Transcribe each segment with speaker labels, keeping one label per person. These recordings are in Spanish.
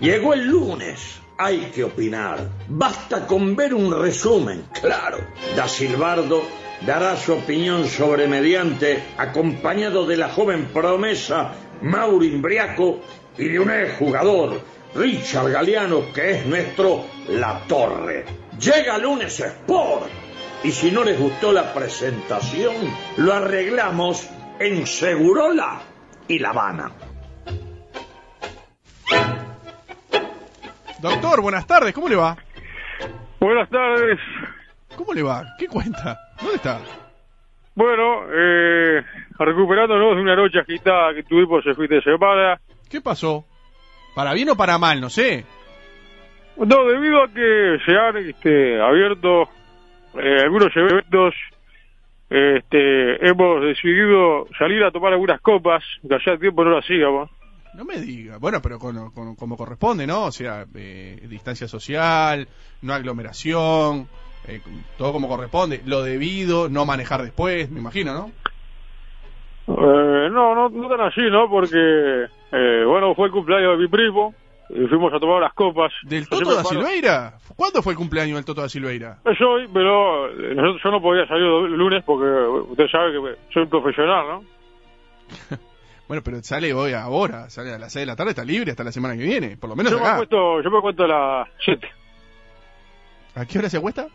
Speaker 1: Llegó el lunes. Hay que opinar. Basta con ver un resumen, claro. Da Silbardo dará su opinión sobre Mediante, acompañado de la joven promesa Mauro Imbriaco y de un exjugador, Richard Galeano, que es nuestro La Torre. Llega lunes Sport. Y si no les gustó la presentación, lo arreglamos en Segurola y La Habana.
Speaker 2: Doctor, buenas tardes, ¿cómo le va?
Speaker 3: Buenas tardes.
Speaker 2: ¿Cómo le va? ¿Qué cuenta? ¿Dónde está?
Speaker 3: Bueno, eh, recuperándonos de una noche agitada que tuvimos el fin de semana.
Speaker 2: ¿Qué pasó? ¿Para bien o para mal? No sé.
Speaker 3: No, debido a que se han este, abierto eh, algunos eventos, este, hemos decidido salir a tomar algunas copas, que hacía tiempo no lo hacíamos.
Speaker 2: No me diga. Bueno, pero con, con- como corresponde, ¿no? O sea, eh, distancia social, no aglomeración, eh, todo como corresponde. Lo debido, no manejar después, me imagino, ¿no?
Speaker 3: Eh, no, no, no tan así, ¿no? Porque, eh, bueno, fue el cumpleaños de mi primo y fuimos a tomar unas copas.
Speaker 2: ¿Del
Speaker 3: Yo
Speaker 2: Toto
Speaker 3: siempre
Speaker 2: da
Speaker 3: paro-
Speaker 2: Silveira? ¿Cuándo fue el cumpleaños del Toto da Silveira?
Speaker 3: Es hoy, pero eh, nosotros- yo no podía salir el lunes porque eh, usted sabe que soy un profesional, ¿no?
Speaker 2: Bueno, pero sale hoy ahora, sale a las 6 de la tarde, está libre hasta la semana que viene, por lo menos
Speaker 3: Yo me,
Speaker 2: acá.
Speaker 3: acuesto, yo me acuesto a las 7.
Speaker 2: ¿A qué hora se acuesta?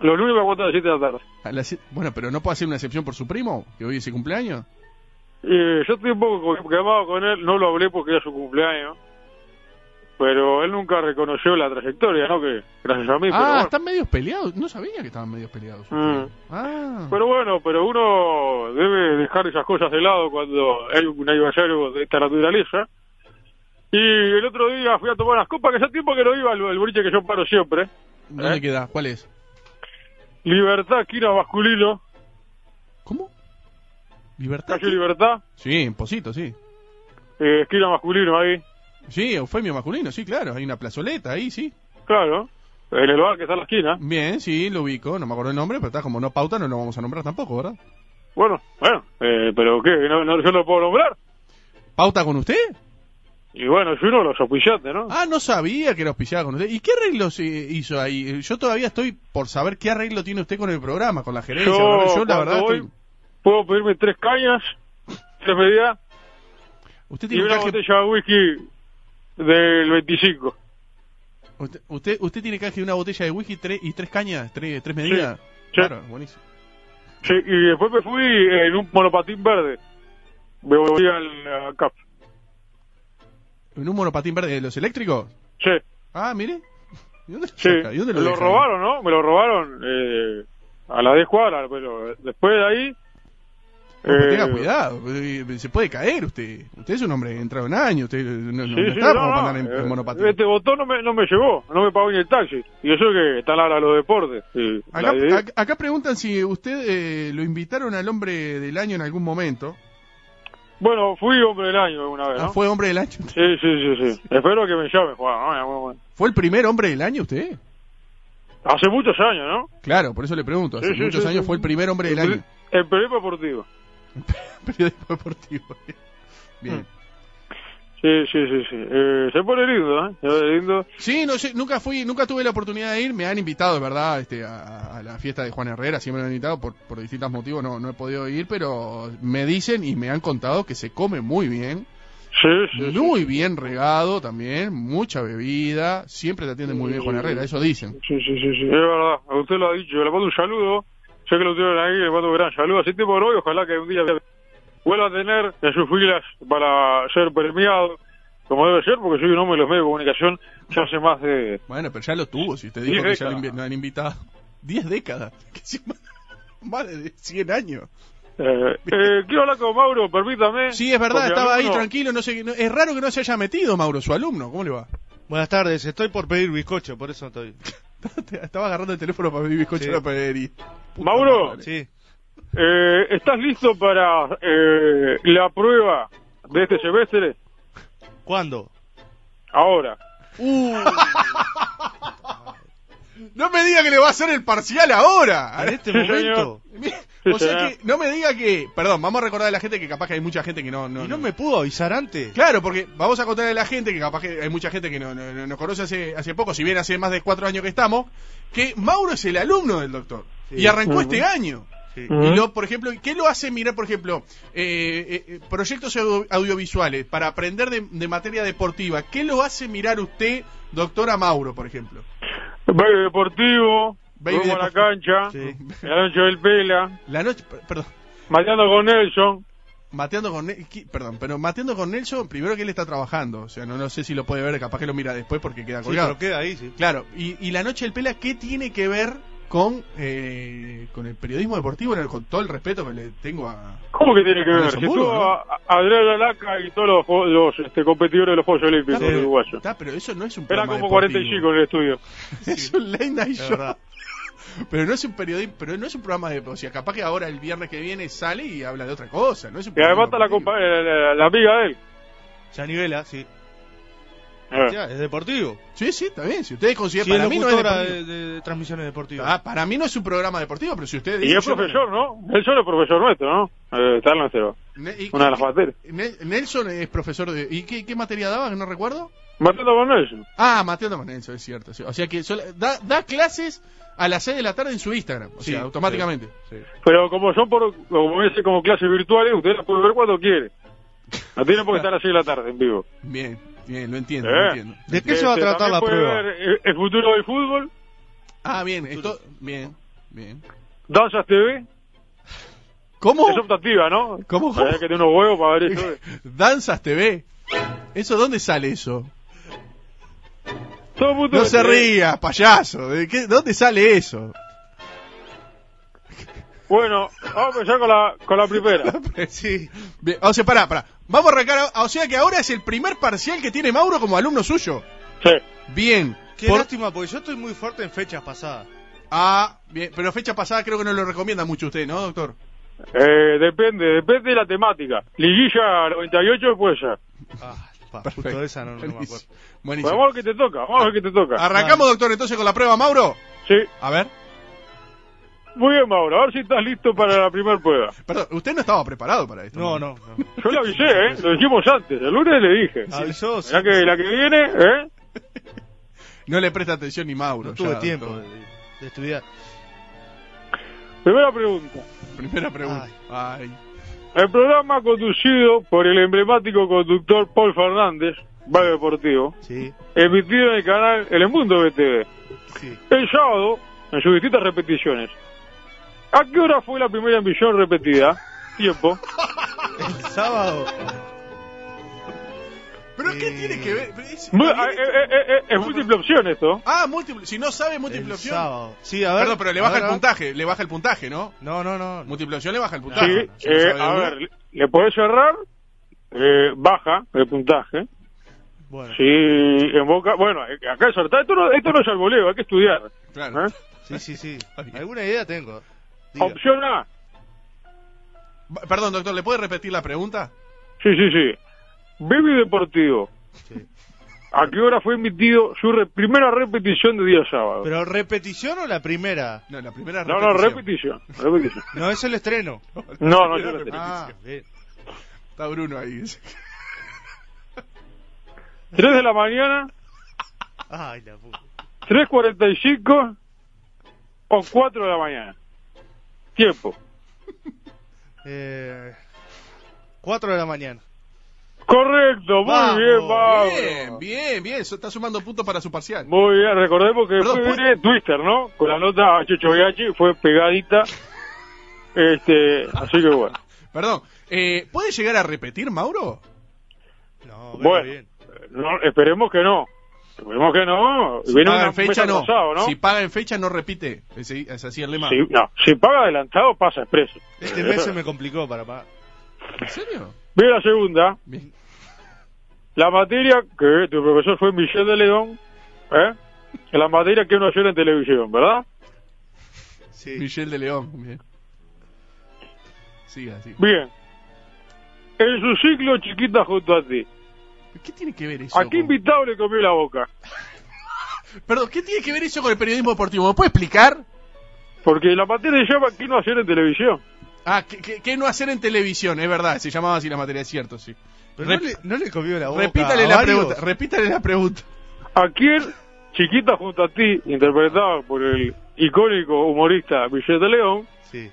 Speaker 3: Los lunes me acuesto a las 7 de la tarde.
Speaker 2: A las sie- Bueno, pero ¿no puede hacer una excepción por su primo, que hoy es su cumpleaños?
Speaker 3: Eh, yo estoy un poco co- quemado con él, no lo hablé porque era su cumpleaños. Pero él nunca reconoció la trayectoria, ¿no? Que gracias a mí.
Speaker 2: ah,
Speaker 3: pero, bueno.
Speaker 2: están medios peleados. No sabía que estaban medios peleados.
Speaker 3: Mm.
Speaker 2: Ah,
Speaker 3: pero bueno, pero uno debe dejar esas cosas de lado cuando hay un aniversario de esta naturaleza. Y el otro día fui a tomar unas copas, que hace tiempo que no iba al al boliche que yo paro siempre.
Speaker 2: ¿dónde
Speaker 3: ¿eh?
Speaker 2: queda? ¿Cuál es?
Speaker 3: Libertad, esquina masculino,
Speaker 2: ¿Cómo? ¿Libertad?
Speaker 3: calle Libertad,
Speaker 2: Sí, en Posito, sí.
Speaker 3: eh, esquina masculino ahí,
Speaker 2: Sí, eufemio masculino, sí, claro. Hay una plazoleta ahí, sí.
Speaker 3: claro, en el bar que está en la esquina.
Speaker 2: Bien, sí, lo ubico. No me acuerdo el nombre, pero está como no pauta, no lo vamos a nombrar tampoco, ¿verdad?
Speaker 3: Bueno, bueno, eh, pero ¿qué? ¿No, no, ¿Yo lo puedo nombrar?
Speaker 2: ¿Pauta con usted?
Speaker 3: Y bueno, yo uno de los auspiciantes, ¿no?
Speaker 2: Ah, no sabía que era auspiciada con usted. ¿Y qué arreglos eh, hizo ahí? Eh, Yo todavía estoy por saber qué arreglo tiene usted con el programa, con la gerencia. ¿verdad? Yo, la
Speaker 3: cuando
Speaker 2: verdad,
Speaker 3: voy,
Speaker 2: estoy-
Speaker 3: puedo pedirme tres cañas, tres medidas
Speaker 2: Usted
Speaker 3: y
Speaker 2: tiene un
Speaker 3: una
Speaker 2: caje-
Speaker 3: botella de whisky del 25.
Speaker 2: Usted, usted, usted tiene caje de una botella de whisky tres- y tres cañas, tres, tres medidas.
Speaker 3: sí.
Speaker 2: Claro, buenísimo.
Speaker 3: Sí, y después me fui en un monopatín verde. Me volví al a CAP.
Speaker 2: ¿En un monopatín verde de los eléctricos?
Speaker 3: Sí,
Speaker 2: Ah, mire. ¿Y dónde,
Speaker 3: sí.
Speaker 2: saca? ¿Y dónde
Speaker 3: me lo
Speaker 2: deja?
Speaker 3: robaron, ¿no? Me lo robaron eh, a las 10 cuadras, pero después de ahí...
Speaker 2: No, pero tenga
Speaker 3: eh,
Speaker 2: cuidado, eh, se puede caer usted. Usted es un hombre entrado en año, usted no, no-
Speaker 3: Sí,
Speaker 2: no
Speaker 3: sí,
Speaker 2: está
Speaker 3: no,
Speaker 2: como
Speaker 3: no,
Speaker 2: para andar en,
Speaker 3: eh,
Speaker 2: en monopatín.
Speaker 3: Este botón no me, no me llegó, no me pagó ni el taxi. Y eso que están ahora los deportes. y
Speaker 2: Acá,
Speaker 3: la idea-
Speaker 2: ac- acá preguntan si usted eh, lo invitaron al hombre del año en algún momento.
Speaker 3: Bueno, fui hombre del año alguna vez,
Speaker 2: Ah,
Speaker 3: ¿no?
Speaker 2: ¿Fue hombre del año?
Speaker 3: Sí, sí, sí, sí. Espero que me llame, Juan. ¿no? Bueno, bueno.
Speaker 2: ¿Fue el primer hombre del año usted?
Speaker 3: Hace muchos años, ¿no?
Speaker 2: Claro, por eso le pregunto. Hace
Speaker 3: Sí, sí,
Speaker 2: muchos
Speaker 3: sí,
Speaker 2: años
Speaker 3: sí.
Speaker 2: fue el primer hombre del año.
Speaker 3: En periodismo deportivo.
Speaker 2: Periodismo deportivo.
Speaker 3: Hmm.
Speaker 2: Bien.
Speaker 3: Sí, sí, sí, sí. Eh, se pone lindo, ¿eh? Se pone lindo.
Speaker 2: Sí, no sé, nunca fui, nunca tuve la oportunidad de ir, me han invitado, de verdad, este, a, a la fiesta de Juan Herrera, siempre me han invitado, por, por distintos motivos no, no he podido ir, pero me dicen y me han contado que se come muy bien,
Speaker 3: Sí, sí. sí.
Speaker 2: muy bien regado también, mucha bebida, siempre te atiende muy bien Juan Herrera, eso dicen.
Speaker 3: Sí, sí, sí, sí. Es verdad. Usted lo ha dicho. Le mando un saludo. Sé que lo tienen ahí. Le mando un gran saludo. Así tipo no y ojalá que un día vuelva a tener en sus filas para ser premiado, como debe ser, porque soy un hombre de los medios de comunicación. Ya hace más de...
Speaker 2: Bueno, pero ya lo tuvo, si usted
Speaker 3: Diez
Speaker 2: dijo que ya lo,
Speaker 3: décadas.
Speaker 2: invi- lo han invitado. Diez décadas, que encima, más de 100 años.
Speaker 3: Eh, eh, quiero hablar con Mauro, permítame.
Speaker 2: Sí, es verdad,
Speaker 3: Porque
Speaker 2: estaba ahí
Speaker 3: alumno-
Speaker 2: tranquilo, no sé, qué- no- es raro que no se haya metido, Mauro, su alumno, ¿cómo le va?
Speaker 4: Buenas tardes, estoy por pedir bizcocho, por eso estoy.
Speaker 2: Estaba agarrando el teléfono para mi bizcocho
Speaker 4: Sí.
Speaker 2: en la panadería. Puta
Speaker 3: Mauro.
Speaker 2: madre.
Speaker 4: Sí.
Speaker 3: Eh, ¿Estás listo para eh, la prueba de este semestre?
Speaker 4: ¿Cuándo?
Speaker 3: Ahora.
Speaker 4: Uh,
Speaker 2: No me diga que le va a hacer el parcial ahora.
Speaker 4: en este
Speaker 2: Ah,
Speaker 3: Sí,
Speaker 4: momento.
Speaker 2: Mi- O sea que, no me diga que. Perdón, vamos a recordar a la gente que capaz que hay mucha gente que no. no,
Speaker 4: y no
Speaker 2: no-
Speaker 4: me pudo avisar antes.
Speaker 2: Claro, porque vamos a contarle a la gente, que capaz que hay mucha gente que no, no- no- nos conoce hace, hace poco, si bien hace más de cuatro años que estamos, que Mauro es el alumno del doctor.
Speaker 4: Sí.
Speaker 2: Y arrancó
Speaker 3: Ujú.
Speaker 2: este año.
Speaker 4: Sí.
Speaker 3: Mm. Ujú.
Speaker 2: Y lo, por ejemplo, ¿qué lo hace mirar, por ejemplo, eh, eh, eh, proyectos audio- audiovisuales para aprender de, de materia deportiva? ¿Qué lo hace mirar usted, doctora Mauro, por ejemplo?
Speaker 3: Baby Deportivo,
Speaker 2: Baby
Speaker 3: rumbo a la
Speaker 2: Deportivo.
Speaker 3: cancha,
Speaker 4: Sí.
Speaker 3: en la noche del Pela,
Speaker 2: La noche, per- perdón,
Speaker 3: mateando con Nelson.
Speaker 2: mateando con Nel- qui- perdón, pero mateando con Nelson, primero que él está trabajando, o sea, no, no sé si lo puede ver, capaz que lo mira después porque queda
Speaker 4: Sí,
Speaker 2: colgado.
Speaker 4: pero queda ahí, sí.
Speaker 2: Claro, y, y la noche del Pela, ¿qué tiene que ver con, eh, con el periodismo deportivo? Bueno, Con todo el respeto que le tengo a...
Speaker 3: ¿Cómo que tiene que
Speaker 2: Con
Speaker 3: ver?
Speaker 2: Nelson
Speaker 3: Si
Speaker 2: Burgos,
Speaker 3: estuvo
Speaker 2: ¿no?
Speaker 3: a- a- Andrea Lalaca y todos los, jo- los, este, competidores de los Juegos Olímpicos
Speaker 4: Está, pero-
Speaker 3: uruguayos.
Speaker 2: Está, pero eso no es un
Speaker 3: Eran
Speaker 2: programa
Speaker 3: como
Speaker 2: deportivo.
Speaker 3: 45 en el estudio.
Speaker 2: Es un late night
Speaker 4: Es
Speaker 2: show.
Speaker 4: verdad.
Speaker 2: Pero no es un periodismo, pero no es un programa de... O sea, capaz que ahora el viernes que viene sale y habla de otra cosa, no es un
Speaker 3: Y además
Speaker 2: programa
Speaker 3: está la,
Speaker 2: deportivo.
Speaker 3: compa- eh, la, la- la amiga de él.
Speaker 4: Yanivela, sí.
Speaker 3: Eh.
Speaker 4: Ya, es deportivo.
Speaker 2: Sí, sí, está bien. Si ustedes consideran...
Speaker 4: Sí, es
Speaker 2: para mí no es
Speaker 4: locutora
Speaker 2: deportivo.
Speaker 4: de, de- de transmisiones deportivas.
Speaker 2: Ah, para mí no es un programa deportivo, pero si ustedes
Speaker 3: Y
Speaker 2: dicen,
Speaker 3: es
Speaker 2: yo no-
Speaker 3: profesor, ¿no? Nelson es profesor nuestro, ¿no? Eh, está en nuestro.
Speaker 2: Ne- y-
Speaker 3: Una de las materias.
Speaker 2: Nel- Nelson es profesor de... ¿Y qué, qué materia daba? Que no recuerdo.
Speaker 3: Mateando con Nelson.
Speaker 2: Ah, Mateo Tomanenzo, es cierto. sí. O sea que sola- da, da clases a las 6 de la tarde en su Instagram, o
Speaker 4: Sí,
Speaker 2: sea, automáticamente.
Speaker 4: Sí.
Speaker 3: Pero como son por, como voy a decir, como clases virtuales, usted las puede ver cuando quiere. No tiene por qué estar así de la tarde en vivo.
Speaker 2: Bien, bien, lo entiendo,
Speaker 3: Eh.
Speaker 2: lo entiendo.
Speaker 4: ¿De qué se va a
Speaker 3: Este,
Speaker 4: tratar
Speaker 3: también
Speaker 4: la
Speaker 3: puede
Speaker 4: prueba?
Speaker 3: ver eh, el, el futuro del fútbol,
Speaker 2: Ah, bien, esto bien, bien.
Speaker 3: Danzas TV,
Speaker 2: ¿Cómo?
Speaker 3: es optativa, ¿no?
Speaker 2: ¿Cómo?
Speaker 3: Hay que tiene unos huevos para ver eso.
Speaker 2: Danzas TV. ¿Eso dónde sale eso?
Speaker 3: Todo el mundo
Speaker 2: No se
Speaker 4: eh.
Speaker 3: tiene-
Speaker 2: rías, payaso. ¿De qué, dónde sale eso?
Speaker 3: Bueno, vamos a empezar con la, con la primera.
Speaker 2: Sí. Bien, o sea, pará, pará. Vamos a arrancar, a- o sea que ahora es el primer parcial que tiene Mauro como alumno suyo.
Speaker 3: Sí.
Speaker 2: Bien.
Speaker 4: Qué
Speaker 2: Por-
Speaker 4: lástima, porque yo estoy muy fuerte en fechas pasadas.
Speaker 2: Ah, bien, pero fecha pasada creo que no lo recomienda mucho usted, ¿no, doctor?
Speaker 3: Eh, depende, depende de la temática. Liguilla 98 puede ser.
Speaker 4: Ah, pa,
Speaker 2: Perfecto.
Speaker 4: justo esa no, no me
Speaker 2: Buenísimo.
Speaker 4: acuerdo.
Speaker 2: Buenísimo.
Speaker 3: Vamos a ver qué te toca, vamos a ver qué te toca.
Speaker 2: Arrancamos, doctor, entonces con la prueba, Mauro.
Speaker 3: Sí.
Speaker 2: A ver,
Speaker 3: Muy bien, Mauro, a ver si estás listo para la primera prueba.
Speaker 2: perdón, usted no estaba preparado para esto.
Speaker 4: No, no, no.
Speaker 3: Yo le avisé, ¿eh? Lo dijimos antes, el lunes le dije.
Speaker 4: Avisó, sí.
Speaker 3: Ya que la que viene, ¿eh?
Speaker 2: No le presta atención ni Mauro.
Speaker 4: No tuve
Speaker 2: ya,
Speaker 4: tiempo
Speaker 2: doctor.
Speaker 4: de, de estudiar.
Speaker 3: Primera pregunta.
Speaker 2: Primera pregunta. Ay.
Speaker 3: El programa conducido por el emblemático conductor Paul Fernández, Valle Deportivo,
Speaker 4: Sí,
Speaker 3: emitido en el canal El Mundo BTV,
Speaker 4: sí.
Speaker 3: el sábado, en sus distintas repeticiones. ¿A qué hora fue la primera emisión repetida? Tiempo.
Speaker 4: El sábado.
Speaker 2: ¿Pero qué
Speaker 4: Eh.
Speaker 2: tiene que ver? Pero es-
Speaker 3: Mu- ah, eh, eh, eh, eh, es múltiple opción esto.
Speaker 2: Ah, múltiple. Si no sabe múltiple
Speaker 4: El
Speaker 2: opción.
Speaker 4: sábado. Sí, a ver.
Speaker 2: Perdón, pero le
Speaker 4: a
Speaker 2: baja
Speaker 4: ver,
Speaker 2: el
Speaker 4: a ver.
Speaker 2: puntaje. Le baja el puntaje, ¿no?
Speaker 4: No, no, no.
Speaker 2: Múltiple opción le baja el puntaje.
Speaker 3: Sí,
Speaker 2: Si no
Speaker 3: eh,
Speaker 2: sabe
Speaker 3: a
Speaker 2: uno.
Speaker 3: ver, le podés cerrar, eh, baja el puntaje.
Speaker 4: Bueno,
Speaker 3: Sí, en Boca. Bueno, eh, acá es harta- Esto no, esto no es al voleo, hay que estudiar.
Speaker 2: Claro.
Speaker 3: ¿eh?
Speaker 4: sí, sí, sí.
Speaker 2: bien.
Speaker 4: Alguna idea tengo. Diga.
Speaker 3: Opción A.
Speaker 2: B- Perdón, doctor, ¿le puede repetir la pregunta?
Speaker 3: Sí, sí, sí. Baby Deportivo.
Speaker 4: Sí.
Speaker 3: ¿A qué hora fue emitido su re- primera repetición de día sábado?
Speaker 4: ¿Pero repetición o la primera?
Speaker 2: No, la primera
Speaker 3: no, no,
Speaker 2: repetición.
Speaker 3: repetición. repetición.
Speaker 4: No, es el estreno.
Speaker 3: No, no, yo no tengo.
Speaker 4: Ah, bien.
Speaker 2: Está Bruno ahí.
Speaker 3: 3 de la mañana,
Speaker 4: Ay, la puta.
Speaker 3: 3.45 o 4 de la mañana. Tiempo.
Speaker 4: Eh, 4 de la mañana.
Speaker 3: Correcto, muy
Speaker 4: Vamos,
Speaker 3: bien, Pablo.
Speaker 2: Bien, bien, bien. so- Está sumando puntos para su parcial.
Speaker 3: Muy bien, recordemos que
Speaker 2: Perdón,
Speaker 3: después
Speaker 2: ¿puedo-
Speaker 3: viene Twitter, ¿no? Con la nota HHBH fue pegadita. Este, así que bueno.
Speaker 2: Perdón. Eh, ¿Puede llegar a repetir, Mauro?
Speaker 4: No, pero
Speaker 3: Bueno,
Speaker 4: bien.
Speaker 3: no, esperemos que no. Esperemos que no.
Speaker 2: Si
Speaker 3: viene
Speaker 2: paga
Speaker 3: una-
Speaker 2: en
Speaker 3: un
Speaker 2: fecha
Speaker 3: mes
Speaker 2: no.
Speaker 3: atrasado, ¿no?
Speaker 2: Si paga en fecha no repite. Es, es así el lema.
Speaker 3: Si, no, si paga adelantado, pasa expreso.
Speaker 4: Este mes se me complicó para pagar.
Speaker 2: ¿En serio?
Speaker 3: Viene la segunda.
Speaker 2: Bien.
Speaker 3: La materia que tu profesor fue Michel de León, ¿eh? La materia que uno ayer en televisión, ¿verdad?
Speaker 4: Sí.
Speaker 2: Michelle de León. Bien. Siga, siga.
Speaker 3: Bien. En su ciclo chiquita junto a ti.
Speaker 2: ¿Qué tiene que ver eso?
Speaker 3: ¿A qué
Speaker 2: con-
Speaker 3: invitado le comió la boca?
Speaker 2: Perdón, ¿qué tiene que ver eso con el periodismo deportivo? ¿Me puede explicar?
Speaker 3: Porque la materia se llama ¿Qué no hacer en televisión?
Speaker 2: Ah, ¿qué, qué, qué no hacer en televisión? Es verdad, se llamaba así la materia, es cierto, sí.
Speaker 4: Pero
Speaker 2: Rep-
Speaker 4: no, le, no le comió la boca.
Speaker 2: Repítale
Speaker 4: a
Speaker 2: la
Speaker 4: varios.
Speaker 2: pregunta, repítale la pregunta.
Speaker 3: ¿A quién Chiquita junto a ti, interpretada por el icónico humorista Billete León,
Speaker 4: Sí.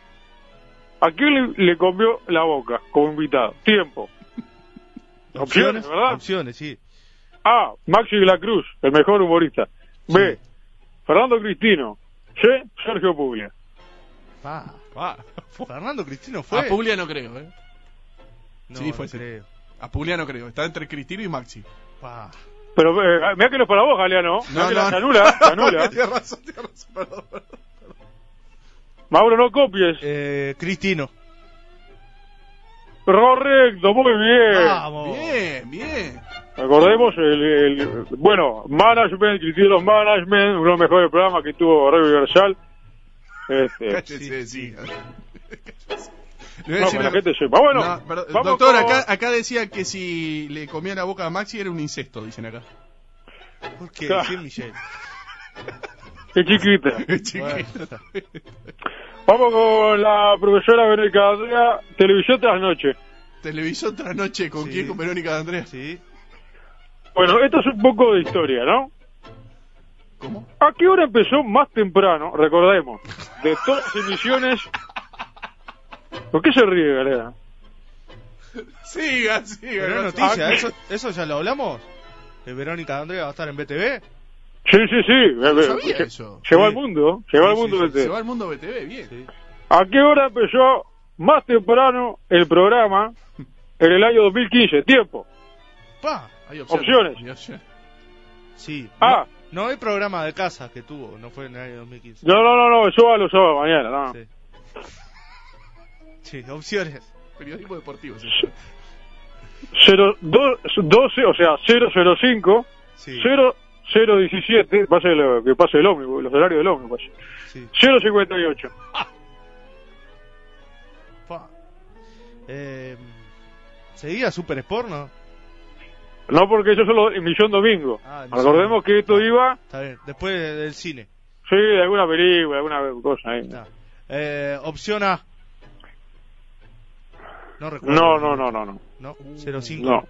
Speaker 3: ¿a quién le, le comió la boca como invitado? Tiempo. Opciones, ¿verdad?
Speaker 4: Opciones, sí.
Speaker 3: A. Maxi de la Cruz, el mejor humorista. B. Fernando Cristino. C. Sergio Puglia.
Speaker 4: Pa.
Speaker 2: Ah,
Speaker 4: Fernando Cristino fue.
Speaker 2: a Puglia no creo, ¿eh?
Speaker 4: No,
Speaker 2: sí, fue,
Speaker 4: no
Speaker 2: sí.
Speaker 4: creo.
Speaker 2: A Puglia no creo. Está entre Cristino y Maxi.
Speaker 4: Pa.
Speaker 3: Pero eh, mira que no es para vos, Galeano. Mirá
Speaker 2: No,
Speaker 3: que
Speaker 2: no,
Speaker 3: la se
Speaker 2: no.
Speaker 3: anula, se anula.
Speaker 2: Tienes razón, tienes razón, perdón, perdón.
Speaker 3: Mauro, no copies.
Speaker 4: Eh, Cristino.
Speaker 3: Correcto, muy bien.
Speaker 2: Ah.
Speaker 4: Vamos.
Speaker 2: Bien, bien.
Speaker 3: Acordemos, el, el- bueno, Management, Cristino Management, uno de los mejores programas que tuvo Radio Universal. Este,
Speaker 2: Cállese, sí. Le voy a
Speaker 3: no,
Speaker 2: decir
Speaker 3: que la
Speaker 2: la-
Speaker 3: gente sepa. Bueno,
Speaker 2: No, perdón,
Speaker 3: vamos
Speaker 2: doctor,
Speaker 3: con-
Speaker 2: acá, acá decía que si le comía la boca a Maxi era un incesto, dicen acá.
Speaker 4: ¿Por qué?
Speaker 3: Claro.
Speaker 4: ¿Quién Michelle?
Speaker 3: Qué chiquita.
Speaker 2: Chiquito.
Speaker 3: Vamos con la profesora Verónica Andrea, televisión tras noche.
Speaker 2: Televisor tras noche, ¿con
Speaker 4: Sí.
Speaker 2: quién? Con Verónica de Andrea.
Speaker 4: Sí.
Speaker 3: Bueno, esto es un poco de historia, ¿no?
Speaker 2: ¿Cómo?
Speaker 3: ¿A qué hora empezó más temprano? Recordemos, de todas las emisiones. ¿Por qué se ríe, Galera?
Speaker 2: Siga, siga.
Speaker 4: Pero es
Speaker 2: gracias.
Speaker 4: noticia,
Speaker 3: Ah,
Speaker 4: eso, eso ya lo hablamos. Eh, Verónica Andrea va a estar en BTV.
Speaker 3: Sí, sí, sí.
Speaker 2: sabía
Speaker 3: Lle-
Speaker 2: eso.
Speaker 3: Llegó
Speaker 4: Sí.
Speaker 3: al mundo, llegó
Speaker 4: Sí,
Speaker 3: al
Speaker 4: sí,
Speaker 3: mundo.
Speaker 4: sí,
Speaker 3: este.
Speaker 2: Se va al mundo BTV, bien.
Speaker 3: ¿A qué hora empezó más temprano el programa en el año 2015? Tiempo.
Speaker 4: Pa.
Speaker 2: Hay
Speaker 3: Opciones.
Speaker 2: Hay opciones.
Speaker 4: Sí.
Speaker 3: Ah.
Speaker 4: No, no hay programa de casa que tuvo, no fue en el año 2015.
Speaker 3: No, no, no, no, eso va los sábados mañana. No.
Speaker 4: Sí. Sí, opciones.
Speaker 2: Periodismo deportivo. se llama.
Speaker 3: Cero- do- 12, o sea, 005,
Speaker 4: Sí.
Speaker 3: 0017, pase lo, que pase el ómnibus, los horarios del ómnibus. pase.
Speaker 4: Sí.
Speaker 3: 058.
Speaker 4: Pa. Eh, ¿Seguía Super Sport, no?
Speaker 3: No, porque eso solo emisión domingo.
Speaker 4: Ah, emisión
Speaker 3: Recordemos
Speaker 4: domingo.
Speaker 3: que esto iba,
Speaker 4: Está bien. Después de- del cine.
Speaker 3: sí, de alguna película, alguna cosa. ahí.
Speaker 4: Está. Eh, opción A. No recuerdo.
Speaker 3: No, no, no, no, no.
Speaker 4: No, 05.
Speaker 3: No.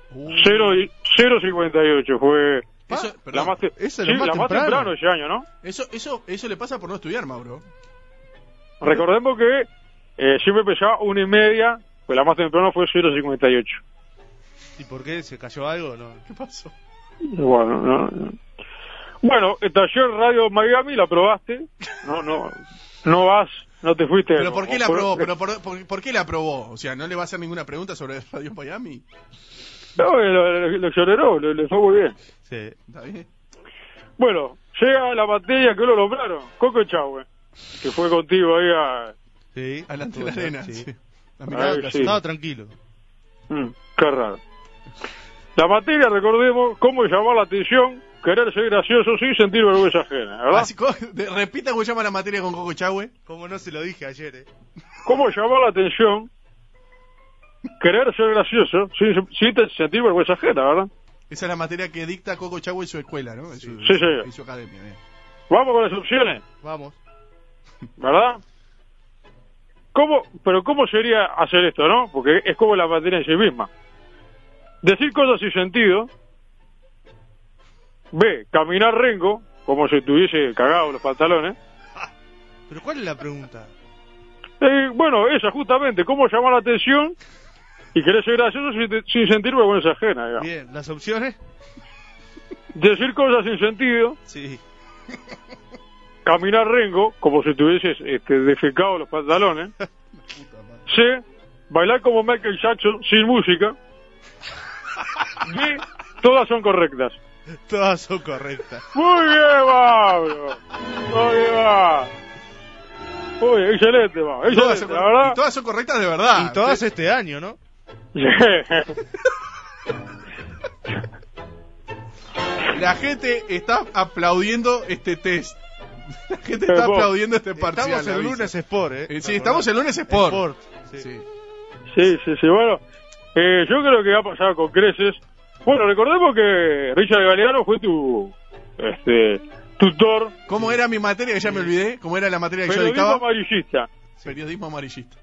Speaker 3: Cero y- 058 fue
Speaker 2: Eso,
Speaker 3: la
Speaker 2: perdón,
Speaker 3: más, te-
Speaker 4: eso
Speaker 3: sí,
Speaker 4: es lo más
Speaker 3: la más
Speaker 4: temprano.
Speaker 3: temprano ese año, ¿no?
Speaker 2: eso, eso, eso le pasa por no estudiar, Mauro.
Speaker 3: Recordemos que eh, siempre empezaba una y media, pues la más temprano fue 0.58.
Speaker 4: ¿Y por qué? ¿Se cayó algo? No.
Speaker 2: ¿Qué pasó?
Speaker 3: Bueno, no, no. bueno, el taller Radio Miami la probaste. No, no, no vas, no te fuiste.
Speaker 2: ¿Pero por qué la aprobó?
Speaker 3: Pero...
Speaker 2: ¿Pero por, por- por qué la aprobó? O sea, ¿no le va a hacer ninguna pregunta sobre Radio Miami?
Speaker 3: No, eh, lo, lo- lo exoneró, le, le fue muy bien.
Speaker 4: Sí.
Speaker 2: ¿Está bien?
Speaker 3: Bueno, llega la materia que lo nombraron, Coco Chahue, que fue contigo ahí a...
Speaker 4: Sí.
Speaker 2: Adelante de
Speaker 4: Estuvo
Speaker 2: la
Speaker 4: tra-
Speaker 2: arena.
Speaker 4: sí. Ah,
Speaker 2: sí. La mirada
Speaker 3: Ay,
Speaker 2: que
Speaker 3: sí.
Speaker 2: hace.
Speaker 4: Estaba tranquilo.
Speaker 3: Mm, qué raro. La materia, recordemos, cómo llamar la atención, querer ser gracioso sin sentir vergüenza ajena, ¿verdad?
Speaker 2: Así co- de- repita cómo llama la materia con Coco Chahue.
Speaker 4: Como no se lo dije ayer, eh.
Speaker 3: ¿Cómo llamar la atención? Querer ser gracioso sin, sin te- sentir vergüenza ajena, ¿verdad?
Speaker 2: Esa es la materia que dicta Coco Chahue en su escuela, ¿no? En su,
Speaker 3: Sí, señor.
Speaker 2: en su academia. bien.
Speaker 3: Vamos con las opciones,
Speaker 4: Vamos.
Speaker 3: ¿verdad? ¿Cómo, pero ¿cómo sería hacer esto, no? Porque es como la materia en sí misma. Decir cosas sin sentido. B. Caminar rengo, como si estuviese cagado los pantalones.
Speaker 4: ¿Pero cuál es la pregunta?
Speaker 3: Eh, bueno, esa justamente, cómo llamar la atención y querer ser gracioso sin, te- sin sentir vergüenza ajena. digamos.
Speaker 4: Bien, ¿las opciones?
Speaker 3: Decir cosas sin sentido,
Speaker 4: Sí.
Speaker 3: caminar rengo, como si tuvieses este, defecado los pantalones. C, bailar como Michael Jackson sin música. D, todas son correctas.
Speaker 4: Todas son correctas.
Speaker 3: Muy bien, Pablo. Muy bien, va. Muy bien, excelente, Pablo.
Speaker 2: Todas
Speaker 3: Excelente,
Speaker 2: son,
Speaker 3: la
Speaker 2: cor-
Speaker 3: verdad.
Speaker 2: y todas son correctas de verdad.
Speaker 4: y todas este año, ¿no?
Speaker 2: La gente está aplaudiendo este test. La gente está
Speaker 3: Eh, vos.
Speaker 2: aplaudiendo este parcial.
Speaker 4: Estamos el
Speaker 2: avisa.
Speaker 4: lunes Sport, eh.
Speaker 2: Eh, sí, estamos el lunes Sport.
Speaker 4: Sí.
Speaker 2: Sí.
Speaker 3: Sí, sí, sí. Bueno, eh, yo creo que va a pasar con creces. Bueno, recordemos que Richard Galeano fue tu este, tutor,
Speaker 2: ¿Cómo era mi materia? Que ya me olvidé. ¿Cómo era la materia que yo
Speaker 3: periodista
Speaker 2: dictaba?
Speaker 3: amarillista.
Speaker 2: Periodismo amarillista.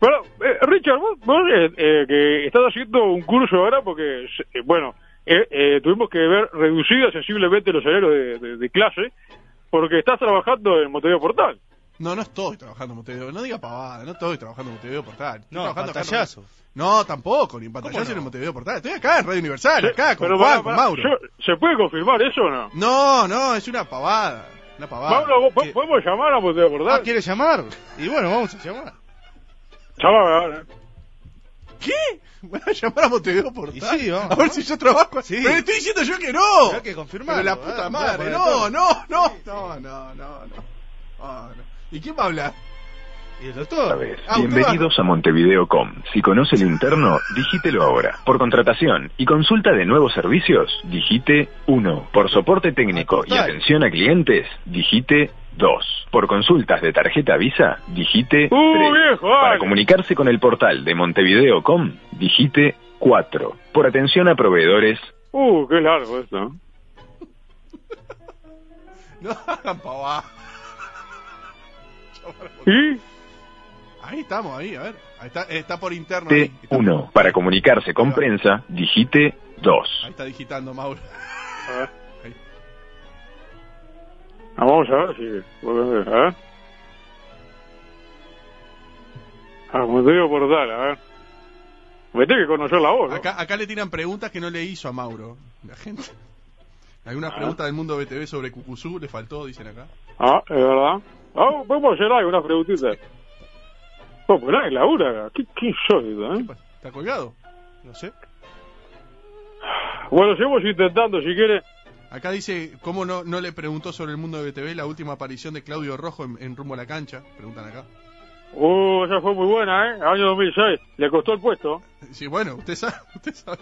Speaker 3: Pero, eh, Richard, vos, vos, eh, eh, que estás haciendo un curso ahora porque, eh, bueno, eh, eh, tuvimos que ver reducidas sensiblemente los salarios de, de- de clase porque estás trabajando en Montevideo Portal.
Speaker 2: No, no estoy trabajando en Montevideo. No diga pavada, no estoy trabajando en Montevideo Portal. Estoy
Speaker 4: No,
Speaker 2: trabajando acá en
Speaker 4: pantallazo.
Speaker 2: Radio- No, tampoco, ni en pantallazo
Speaker 4: no?
Speaker 2: ni en Montevideo Portal. Estoy acá en Radio Universal, acá Ah, con
Speaker 3: Pero,
Speaker 2: Juan,
Speaker 3: pará,
Speaker 2: con
Speaker 3: pará,
Speaker 2: Mauro.
Speaker 3: yo- ¿Se puede confirmar eso o no?
Speaker 2: No, no, es una pavada. Una pavada.
Speaker 3: Mauro, ¿vos-
Speaker 4: que-
Speaker 3: ¿podemos llamar a Montevideo Portal?
Speaker 4: Ah, ¿quiere llamar? Y bueno, vamos a llamar.
Speaker 3: Llamame ahora.
Speaker 2: ¿Qué? ¿Van a llamar a Montevideo Portal?
Speaker 4: Y sí, vamos,
Speaker 2: a ver
Speaker 4: ¿no?
Speaker 2: si yo trabajo.
Speaker 4: Sí.
Speaker 2: Pero estoy diciendo yo que no.
Speaker 4: Habrá que confirmarlo,
Speaker 2: Pero la puta
Speaker 4: ¿eh?
Speaker 2: madre.
Speaker 4: Bueno,
Speaker 2: No,
Speaker 4: entonces-
Speaker 2: no, no. No, no, no, no. Ah, no. ¿Y quién va a hablar?
Speaker 4: Y el doctor.
Speaker 2: Ah, usted
Speaker 5: Bienvenidos a Montevideo.com. Si conoce el interno, digítelo ahora. Por contratación y consulta de nuevos servicios, digite 1. Por soporte técnico y atención a clientes, digite 2. Por consultas de tarjeta Visa, digite 3.
Speaker 3: Uh, viejo, dale.
Speaker 5: Para comunicarse con el portal de Montevideo.com, digite 4. Por atención a proveedores,
Speaker 3: Uh, qué largo esto. ¿no?
Speaker 2: No hagan pavada.
Speaker 3: ¿Y?
Speaker 2: Ahí estamos, ahí, a ver. Ahí está, eh, está por interno.
Speaker 5: digite
Speaker 2: Ahí, Está-
Speaker 5: 1. Para comunicarse con prensa, digite 2.
Speaker 2: ahí está digitando, Mauro.
Speaker 3: A ver.
Speaker 2: Ahí.
Speaker 3: Ah, vamos a ver si. porque, A ver. Ah, Montevideo Portal, a ver. Me tiene que conocer la voz. ¿no?
Speaker 2: Acá, acá le tiran preguntas que no le hizo a Mauro. La gente. Alguna
Speaker 3: Ah.
Speaker 2: pregunta del mundo BTV sobre Cucuzú le faltó, dicen acá.
Speaker 3: Ah, es verdad. Ah, podemos hacer algo, una preguntita. No, pues nada, labura acá. Qué, qué insólito, ¿eh?
Speaker 2: ¿Está colgado?
Speaker 4: ¿Mm? No sé.
Speaker 3: Bueno, seguimos intentando, si quiere.
Speaker 2: Acá dice, ¿cómo no, no le preguntó sobre el mundo de BTV la última aparición de Claudio Rojo en, en Rumbo a la Cancha? Preguntan acá.
Speaker 3: Uh, esa fue muy buena, ¿eh? Año 2006. Le costó el puesto.
Speaker 2: Sí, bueno, usted sabe. Usted sabe.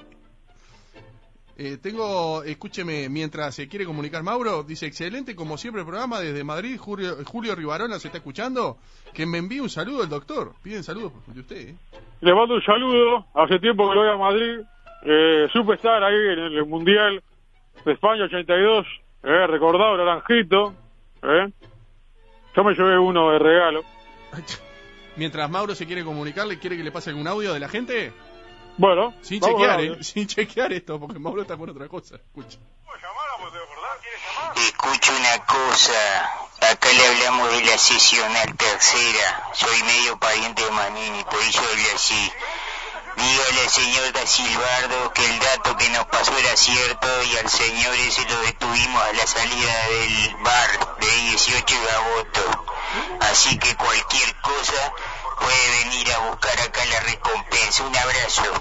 Speaker 2: Eh, tengo, escúcheme, mientras se quiere comunicar Mauro, dice, excelente como siempre el programa desde Madrid, Julio, Julio Rivarona se está escuchando, que me envíe un saludo el doctor. Piden saludos de usted, ¿eh?
Speaker 3: Le mando un saludo. Hace tiempo que lo voy a Madrid. Eh, supe estar ahí en el Mundial de España 82. Eh, recordado, naranjito. Eh. Yo me llevé uno de regalo.
Speaker 2: Mientras Mauro se quiere comunicar, ¿le quiere que le pase algún audio de la gente?
Speaker 3: Bueno,
Speaker 2: Sin
Speaker 3: vamos
Speaker 2: chequear,
Speaker 3: a-
Speaker 2: ¿eh? Sin chequear esto, porque Mauro está con otra cosa. Escucha.
Speaker 6: Escucho una cosa, acá le hablamos de la sesional tercera, soy medio pariente de Manini, por eso hablé así. Dígale señor da Silvardo que el dato que nos pasó era cierto y al señor ese lo detuvimos a la salida del bar de 18 de agosto. Así que cualquier cosa puede venir a buscar acá la recompensa. Un abrazo.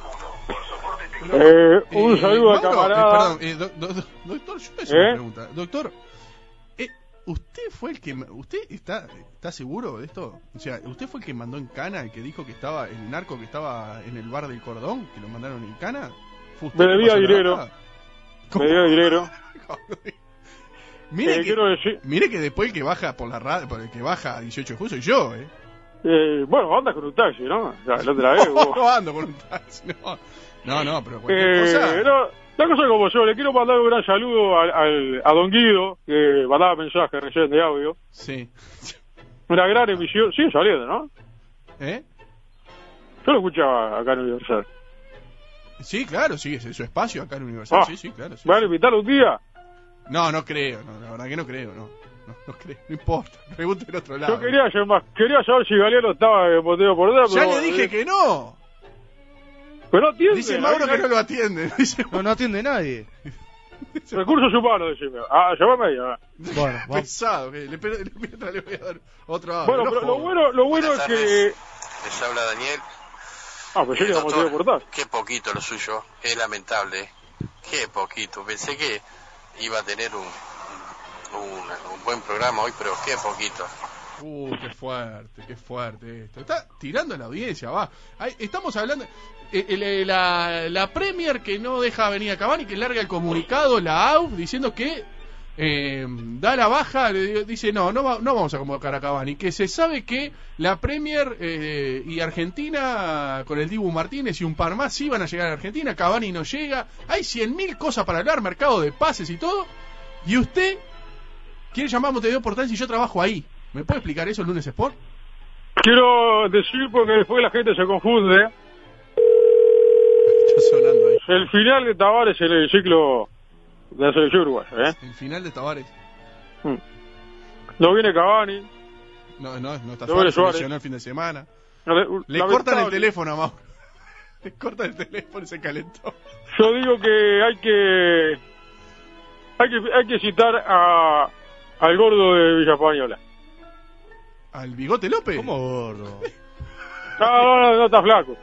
Speaker 3: Eh, un
Speaker 2: Eh,
Speaker 3: saludo al
Speaker 2: Mauro, eh,
Speaker 3: camarada.
Speaker 2: perdón, eh, do- do- do- doctor, yo le hice
Speaker 3: ¿Eh?
Speaker 2: una pregunta. Doctor, eh, ¿usted fue el que... ma- ¿Usted está, está seguro de esto? O sea, ¿usted fue el que mandó en cana, el que dijo que estaba, el narco que estaba en el bar del cordón, que lo mandaron en cana? ¿Fue usted
Speaker 3: Me
Speaker 2: que
Speaker 3: debía
Speaker 2: pasó la
Speaker 3: dinero.
Speaker 2: data?
Speaker 3: Me dio dinero.
Speaker 2: mire,
Speaker 3: Eh,
Speaker 2: que,
Speaker 3: quiero decir,
Speaker 2: mire que después el que baja por la radio, por el que baja a 18 de julio soy yo, ¿eh?
Speaker 3: eh, bueno, andas con un taxi, ¿no? La, la otra vez. Eh, vos.
Speaker 2: no ando con un taxi, no. No, no, pero cualquier cosa...
Speaker 3: Eh, no, la cosa es como yo, le quiero mandar un gran saludo al, al- a Don Guido, que mandaba mensajes recién de audio.
Speaker 2: Sí.
Speaker 3: Una gran emisión, sigue saliendo, ¿no?
Speaker 2: ¿Eh?
Speaker 3: Yo lo escuchaba acá en Universal.
Speaker 2: Sí, claro, sí, es es su espacio acá en Universal.
Speaker 3: Ah,
Speaker 2: sí, sí, claro. sí,
Speaker 3: ¿Me van
Speaker 2: sí.
Speaker 3: a invitar un día?
Speaker 2: No, no creo, no, la verdad que no creo, no. No, no creo, no importa. Pregunte en otro lado.
Speaker 3: Yo quería, hacer más- quería saber si Galeano estaba en Montevideo por dentro.
Speaker 2: Ya
Speaker 3: pero-
Speaker 2: le dije que no.
Speaker 3: Pero no atiende.
Speaker 2: Dice
Speaker 3: ahí
Speaker 2: Mauro que
Speaker 3: hay
Speaker 2: no lo atiende. Dice
Speaker 4: No, no atiende nadie.
Speaker 3: Recursos humanos, decime. Ah, llamame ahí. ah.
Speaker 4: Bueno, vamos.
Speaker 2: pesado. que le, pe- le- mientras le voy a dar otro audio,
Speaker 3: Bueno,
Speaker 2: no
Speaker 3: pero lo
Speaker 2: joda.
Speaker 3: bueno, lo bueno es
Speaker 7: Buenas
Speaker 3: que...
Speaker 7: tardes. Les habla Daniel.
Speaker 3: Ah, pues yo
Speaker 7: Eh,
Speaker 3: le vamos a
Speaker 7: doctor,
Speaker 3: portar.
Speaker 7: Qué poquito lo suyo. Es lamentable. eh. Qué poquito. Pensé que iba a tener un, un- un buen programa hoy, pero qué poquito.
Speaker 2: Uh, qué fuerte, qué fuerte esto. Está tirando a la audiencia, va. Ay, estamos hablando. eh, el- eh, la, la Premier que no deja venir a Cavani, que larga el comunicado, la AUF, diciendo que eh, da la baja, le- dice no, no, va- no vamos a convocar a Cavani. Que se sabe que la Premier eh, y Argentina, con el Dibu Martínez y un par más, sí van a llegar a Argentina. Cavani no llega. Hay cien mil cosas para hablar, mercado de pases y todo. Y usted ¿Quiere llamar a Montevideo Portal si yo trabajo ahí? ¿Me puede explicar eso el lunes Sport?
Speaker 3: Quiero decir porque después la gente se confunde.
Speaker 2: Está sonando ahí.
Speaker 3: El final de Tavares en el ciclo de la selección uruguaya. ¿eh?
Speaker 2: El final de Tavares.
Speaker 3: No viene Cavani.
Speaker 2: No, no, no está
Speaker 3: Luego
Speaker 2: fácil,
Speaker 3: de Suárez.
Speaker 2: lesionó el fin de semana.
Speaker 3: No,
Speaker 2: Le
Speaker 3: lamentable.
Speaker 2: cortan el teléfono a Mauro. Le cortan el teléfono y se calentó.
Speaker 3: Yo digo que hay que hay que, hay que citar a, al gordo de Villa Española.
Speaker 2: ¿Al bigote López?
Speaker 4: ¿Cómo gordo?
Speaker 3: No, no, no, no está flaco.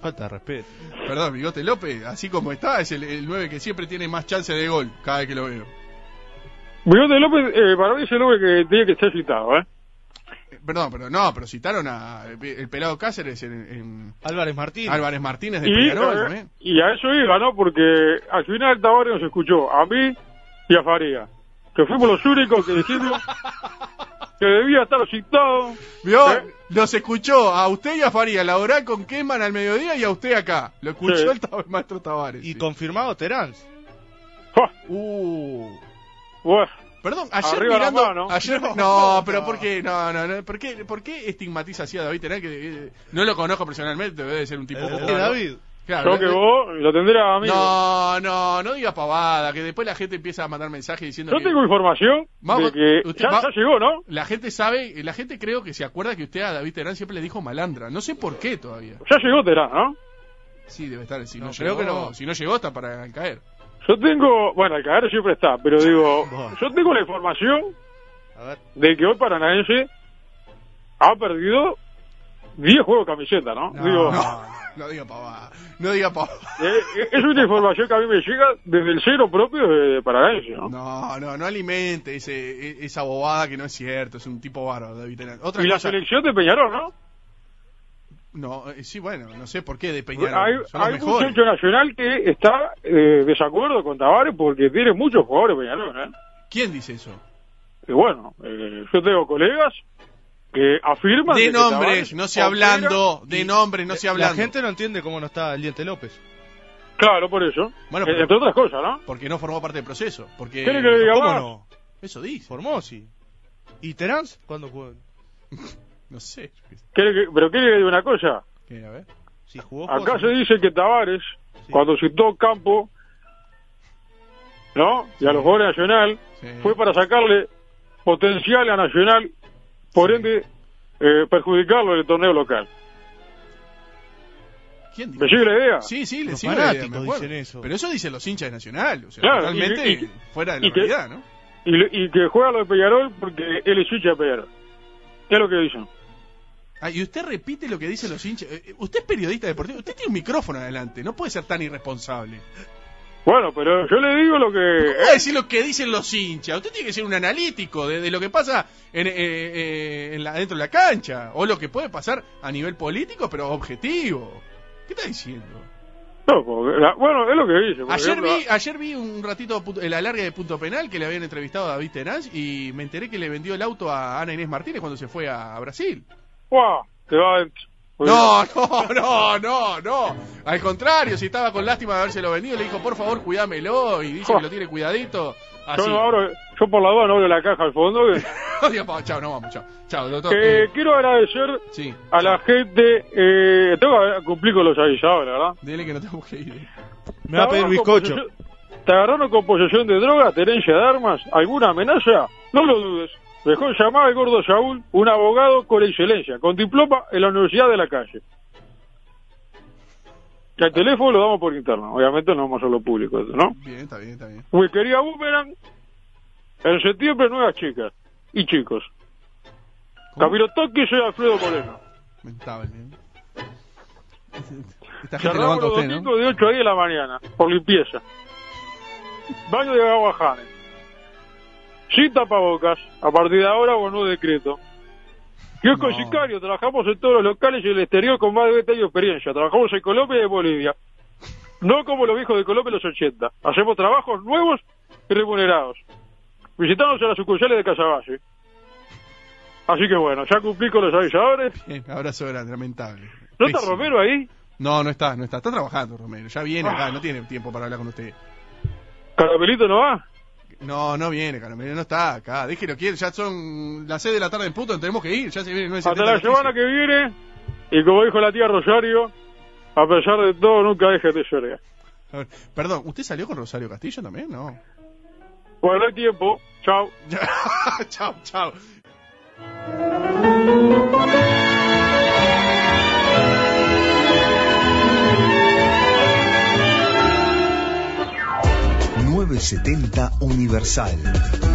Speaker 4: Falta de respeto.
Speaker 2: Perdón, bigote López, así como está, es el, el 9 que siempre tiene más chance de gol cada vez que lo veo.
Speaker 3: Bigote López, eh, para mí es el hombre que tiene que ser citado, ¿eh?
Speaker 2: Eh, Perdón, pero no, pero citaron a eh, el pelado Cáceres en,
Speaker 4: Álvarez Martín.
Speaker 2: en Álvarez Martínez de
Speaker 3: Y,
Speaker 2: Peñarol
Speaker 3: eh,
Speaker 2: también.
Speaker 3: y a eso iba, ¿no? Porque al final Tavares nos escuchó, a mí y a Faría. Que fuimos los únicos que dijimos que debía estar citado.
Speaker 2: Vio,
Speaker 3: ¿Eh?
Speaker 2: los escuchó a usted y a Faría, laborar con Keman al mediodía y a usted acá. Lo escuchó
Speaker 3: Sí.
Speaker 2: el, ta- el maestro Tavares.
Speaker 4: Y
Speaker 2: sí.
Speaker 4: confirmado Terán.
Speaker 3: ¡Ja!
Speaker 2: Uh.
Speaker 3: Bueno,
Speaker 2: Perdón, ayer
Speaker 3: Arriba la
Speaker 2: mirando.
Speaker 3: mano.
Speaker 2: Ayer, no,
Speaker 4: No,
Speaker 2: pero
Speaker 4: no.
Speaker 2: ¿por qué? No, no, no. ¿Por qué, por qué estigmatiza así a David Terán? Que eh, no lo conozco personalmente, debe ser un tipo.
Speaker 4: Eh,
Speaker 2: raro.
Speaker 4: David.
Speaker 2: Claro,
Speaker 3: yo que
Speaker 2: eh,
Speaker 3: vos lo tendrás a mí.
Speaker 2: No, no, no diga pavada, que después la gente empieza a mandar mensajes diciendo
Speaker 3: Yo
Speaker 2: que
Speaker 3: tengo información
Speaker 2: Vamos,
Speaker 3: de que
Speaker 2: usted
Speaker 3: ya,
Speaker 2: va-
Speaker 3: ya llegó, ¿no?
Speaker 2: la gente sabe, la gente creo que se acuerda que usted a David Terán siempre le dijo malandra, no sé por qué todavía.
Speaker 3: Ya llegó Terán, ¿no?
Speaker 2: Sí, debe estar, si no,
Speaker 4: No,
Speaker 2: llegó,
Speaker 4: creo que no.
Speaker 2: si no llegó está para caer.
Speaker 3: Yo tengo, bueno, el caer siempre está, pero digo,
Speaker 4: Bueno.
Speaker 3: yo tengo la información
Speaker 4: A ver.
Speaker 3: de que hoy Paranaense ha perdido 10 juegos de camiseta, ¿no? Digo,
Speaker 2: No, no diga pavada, no diga pavada.
Speaker 3: eh, eh, es una información que a mí me llega desde el cero propio de, de Paranaense, ¿no?
Speaker 2: No, no, no alimente ese, e- esa bobada que no es cierto, es un tipo bárbaro David Terán. Otra
Speaker 3: y la
Speaker 2: cosa,
Speaker 3: selección de Peñarol, ¿no?
Speaker 2: no, eh, sí, bueno, no sé por qué de Peñarol,
Speaker 3: hay
Speaker 2: son los
Speaker 3: hay un
Speaker 2: mejores.
Speaker 3: centro nacional que está eh, desacuerdo con Tavares porque tiene muchos jugadores Peñarol, ¿eh?
Speaker 2: ¿Quién dice eso?
Speaker 3: Y bueno, eh, yo tengo colegas que afirman
Speaker 2: De
Speaker 3: que
Speaker 2: nombres,
Speaker 3: Tavares
Speaker 2: no se
Speaker 3: opera-
Speaker 2: hablando, de nombres, no se
Speaker 4: La
Speaker 2: hablando.
Speaker 4: gente no entiende cómo no está el diente López.
Speaker 3: Claro, por eso.
Speaker 2: Bueno,
Speaker 3: Eh,
Speaker 2: pero-
Speaker 3: entre otras cosas, ¿no?
Speaker 2: Porque no formó parte del proceso. Porque
Speaker 3: ¿Quiere que le diga
Speaker 4: ¿Cómo
Speaker 3: más?
Speaker 4: no?
Speaker 2: eso dice.
Speaker 4: Formó, sí. ¿Y Terán? ¿Cuándo jugó?
Speaker 2: No sé.
Speaker 3: ¿Quiere que- pero quiere que le diga una cosa.
Speaker 2: ¿Qué era, a ver?
Speaker 4: Si jugó. jugó,
Speaker 3: Acá
Speaker 4: sí.
Speaker 3: se dice que Tavares,
Speaker 4: Sí.
Speaker 3: cuando citó Campo, ¿no? Y a los jugadores de Nacional,
Speaker 2: Sí.
Speaker 3: fue para sacarle potencial a Nacional, por ende, eh, perjudicarlo en el torneo local.
Speaker 2: ¿Quién dijo?
Speaker 3: ¿Me sigue la idea?
Speaker 2: Sí, sí, le
Speaker 4: Los
Speaker 2: sigo la idea,
Speaker 4: fanáticos
Speaker 2: me acuerdo.
Speaker 4: dicen eso.
Speaker 2: Pero eso dicen los hinchas de Nacional. O sea,
Speaker 3: Claro,
Speaker 2: totalmente
Speaker 3: y- y-
Speaker 2: fuera de la
Speaker 3: y que-
Speaker 2: realidad, ¿no?
Speaker 3: Y, le- y que juega lo de Peñarol porque él es hincha de Peñarol. Es lo que dicen.
Speaker 2: Ah, y usted repite lo que dicen los hinchas. Eh, eh, Usted es periodista deportivo. Usted tiene un micrófono adelante. No puede ser tan irresponsable.
Speaker 3: Bueno, pero yo le digo lo que...
Speaker 2: No puede decir lo que dicen los hinchas. Usted tiene que ser un analítico de, de lo que pasa en, eh, eh, en la- dentro de la cancha. O lo que puede pasar a nivel político, pero objetivo. ¿Qué está diciendo?
Speaker 3: No, porque la- bueno, es lo que dice. por
Speaker 2: Ayer
Speaker 3: ejemplo, ah.
Speaker 2: vi, ayer vi un ratito pu- el alargue de punto penal que le habían entrevistado a David Terán y me enteré que le vendió el auto a Ana Inés Martínez cuando se fue a Brasil.
Speaker 3: ¡Guau! Te va adentro.
Speaker 2: No, no, no, no, no. Al contrario, si estaba con lástima de habérselo vendido, le dijo, por favor, cuidámelo y dice que lo tiene cuidadito.
Speaker 3: Yo,
Speaker 2: Así.
Speaker 3: no abro- yo por la duda no abro la caja al fondo. que-
Speaker 2: chao, no vamos, chao. Chao, doctor.
Speaker 3: que
Speaker 2: Eh,
Speaker 3: quiero agradecer
Speaker 2: sí.
Speaker 3: a la gente. Eh, tengo que cumplir con los avisados, la verdad.
Speaker 2: Dile que no tengo que ir.
Speaker 4: Me va a pedir
Speaker 3: Te agarraron con
Speaker 4: bizcocho.
Speaker 3: posesión- Te agarraron con posesión de droga, tenencia de armas, alguna amenaza, no lo dudes. Dejó llamar al gordo Saúl, un abogado con excelencia, con diploma en la Universidad de la Calle. Y al teléfono lo damos por interno, obviamente no vamos a lo público, esto, ¿no?
Speaker 2: Bien, está bien, está bien.
Speaker 3: Mi querida Boomerang, en septiembre nuevas chicas y chicos.
Speaker 2: ¿Cómo?
Speaker 3: Camilo Toque y soy Alfredo Moreno.
Speaker 2: Lamentable. ¿eh? Esta gente lo
Speaker 3: Cerramos
Speaker 2: banca a
Speaker 3: los
Speaker 2: usted, ¿no?
Speaker 3: domingos de 8 a 10 de la mañana, por limpieza. Baño de Aguajanes. Sin tapabocas, a partir de ahora o no decreto. Kiosco
Speaker 2: No.
Speaker 3: Sicario, trabajamos en todos los locales y el exterior con más de 20 años de experiencia. Trabajamos en Colombia y en Bolivia. No como los viejos de Colombia en los 80. Hacemos trabajos nuevos y remunerados. Visitamos a las sucursales de Casaballe. Así que bueno, ya cumplí con los avisadores.
Speaker 2: Bien, Eh, abrazo grande, lamentable.
Speaker 3: ¿No está
Speaker 2: Pésimo.
Speaker 3: Romero Ah. ahí?
Speaker 2: No, no está, no está. Está trabajando Romero. Ya viene acá, no tiene tiempo para hablar con usted.
Speaker 3: ¿Caramelito no va?
Speaker 2: No, no viene, Caramelo, no está acá. Déjelo, quiere, ya son las 6 de la tarde en punto, tenemos que ir, ya se viene.
Speaker 3: Hasta la semana que viene, y como dijo la tía Rosario, a pesar de todo, nunca dejes de llorar.
Speaker 2: Perdón, ¿usted salió con Rosario Castillo también? No.
Speaker 3: Bueno, no hay tiempo. Chao.
Speaker 2: chao, chao.
Speaker 8: setenta Universal.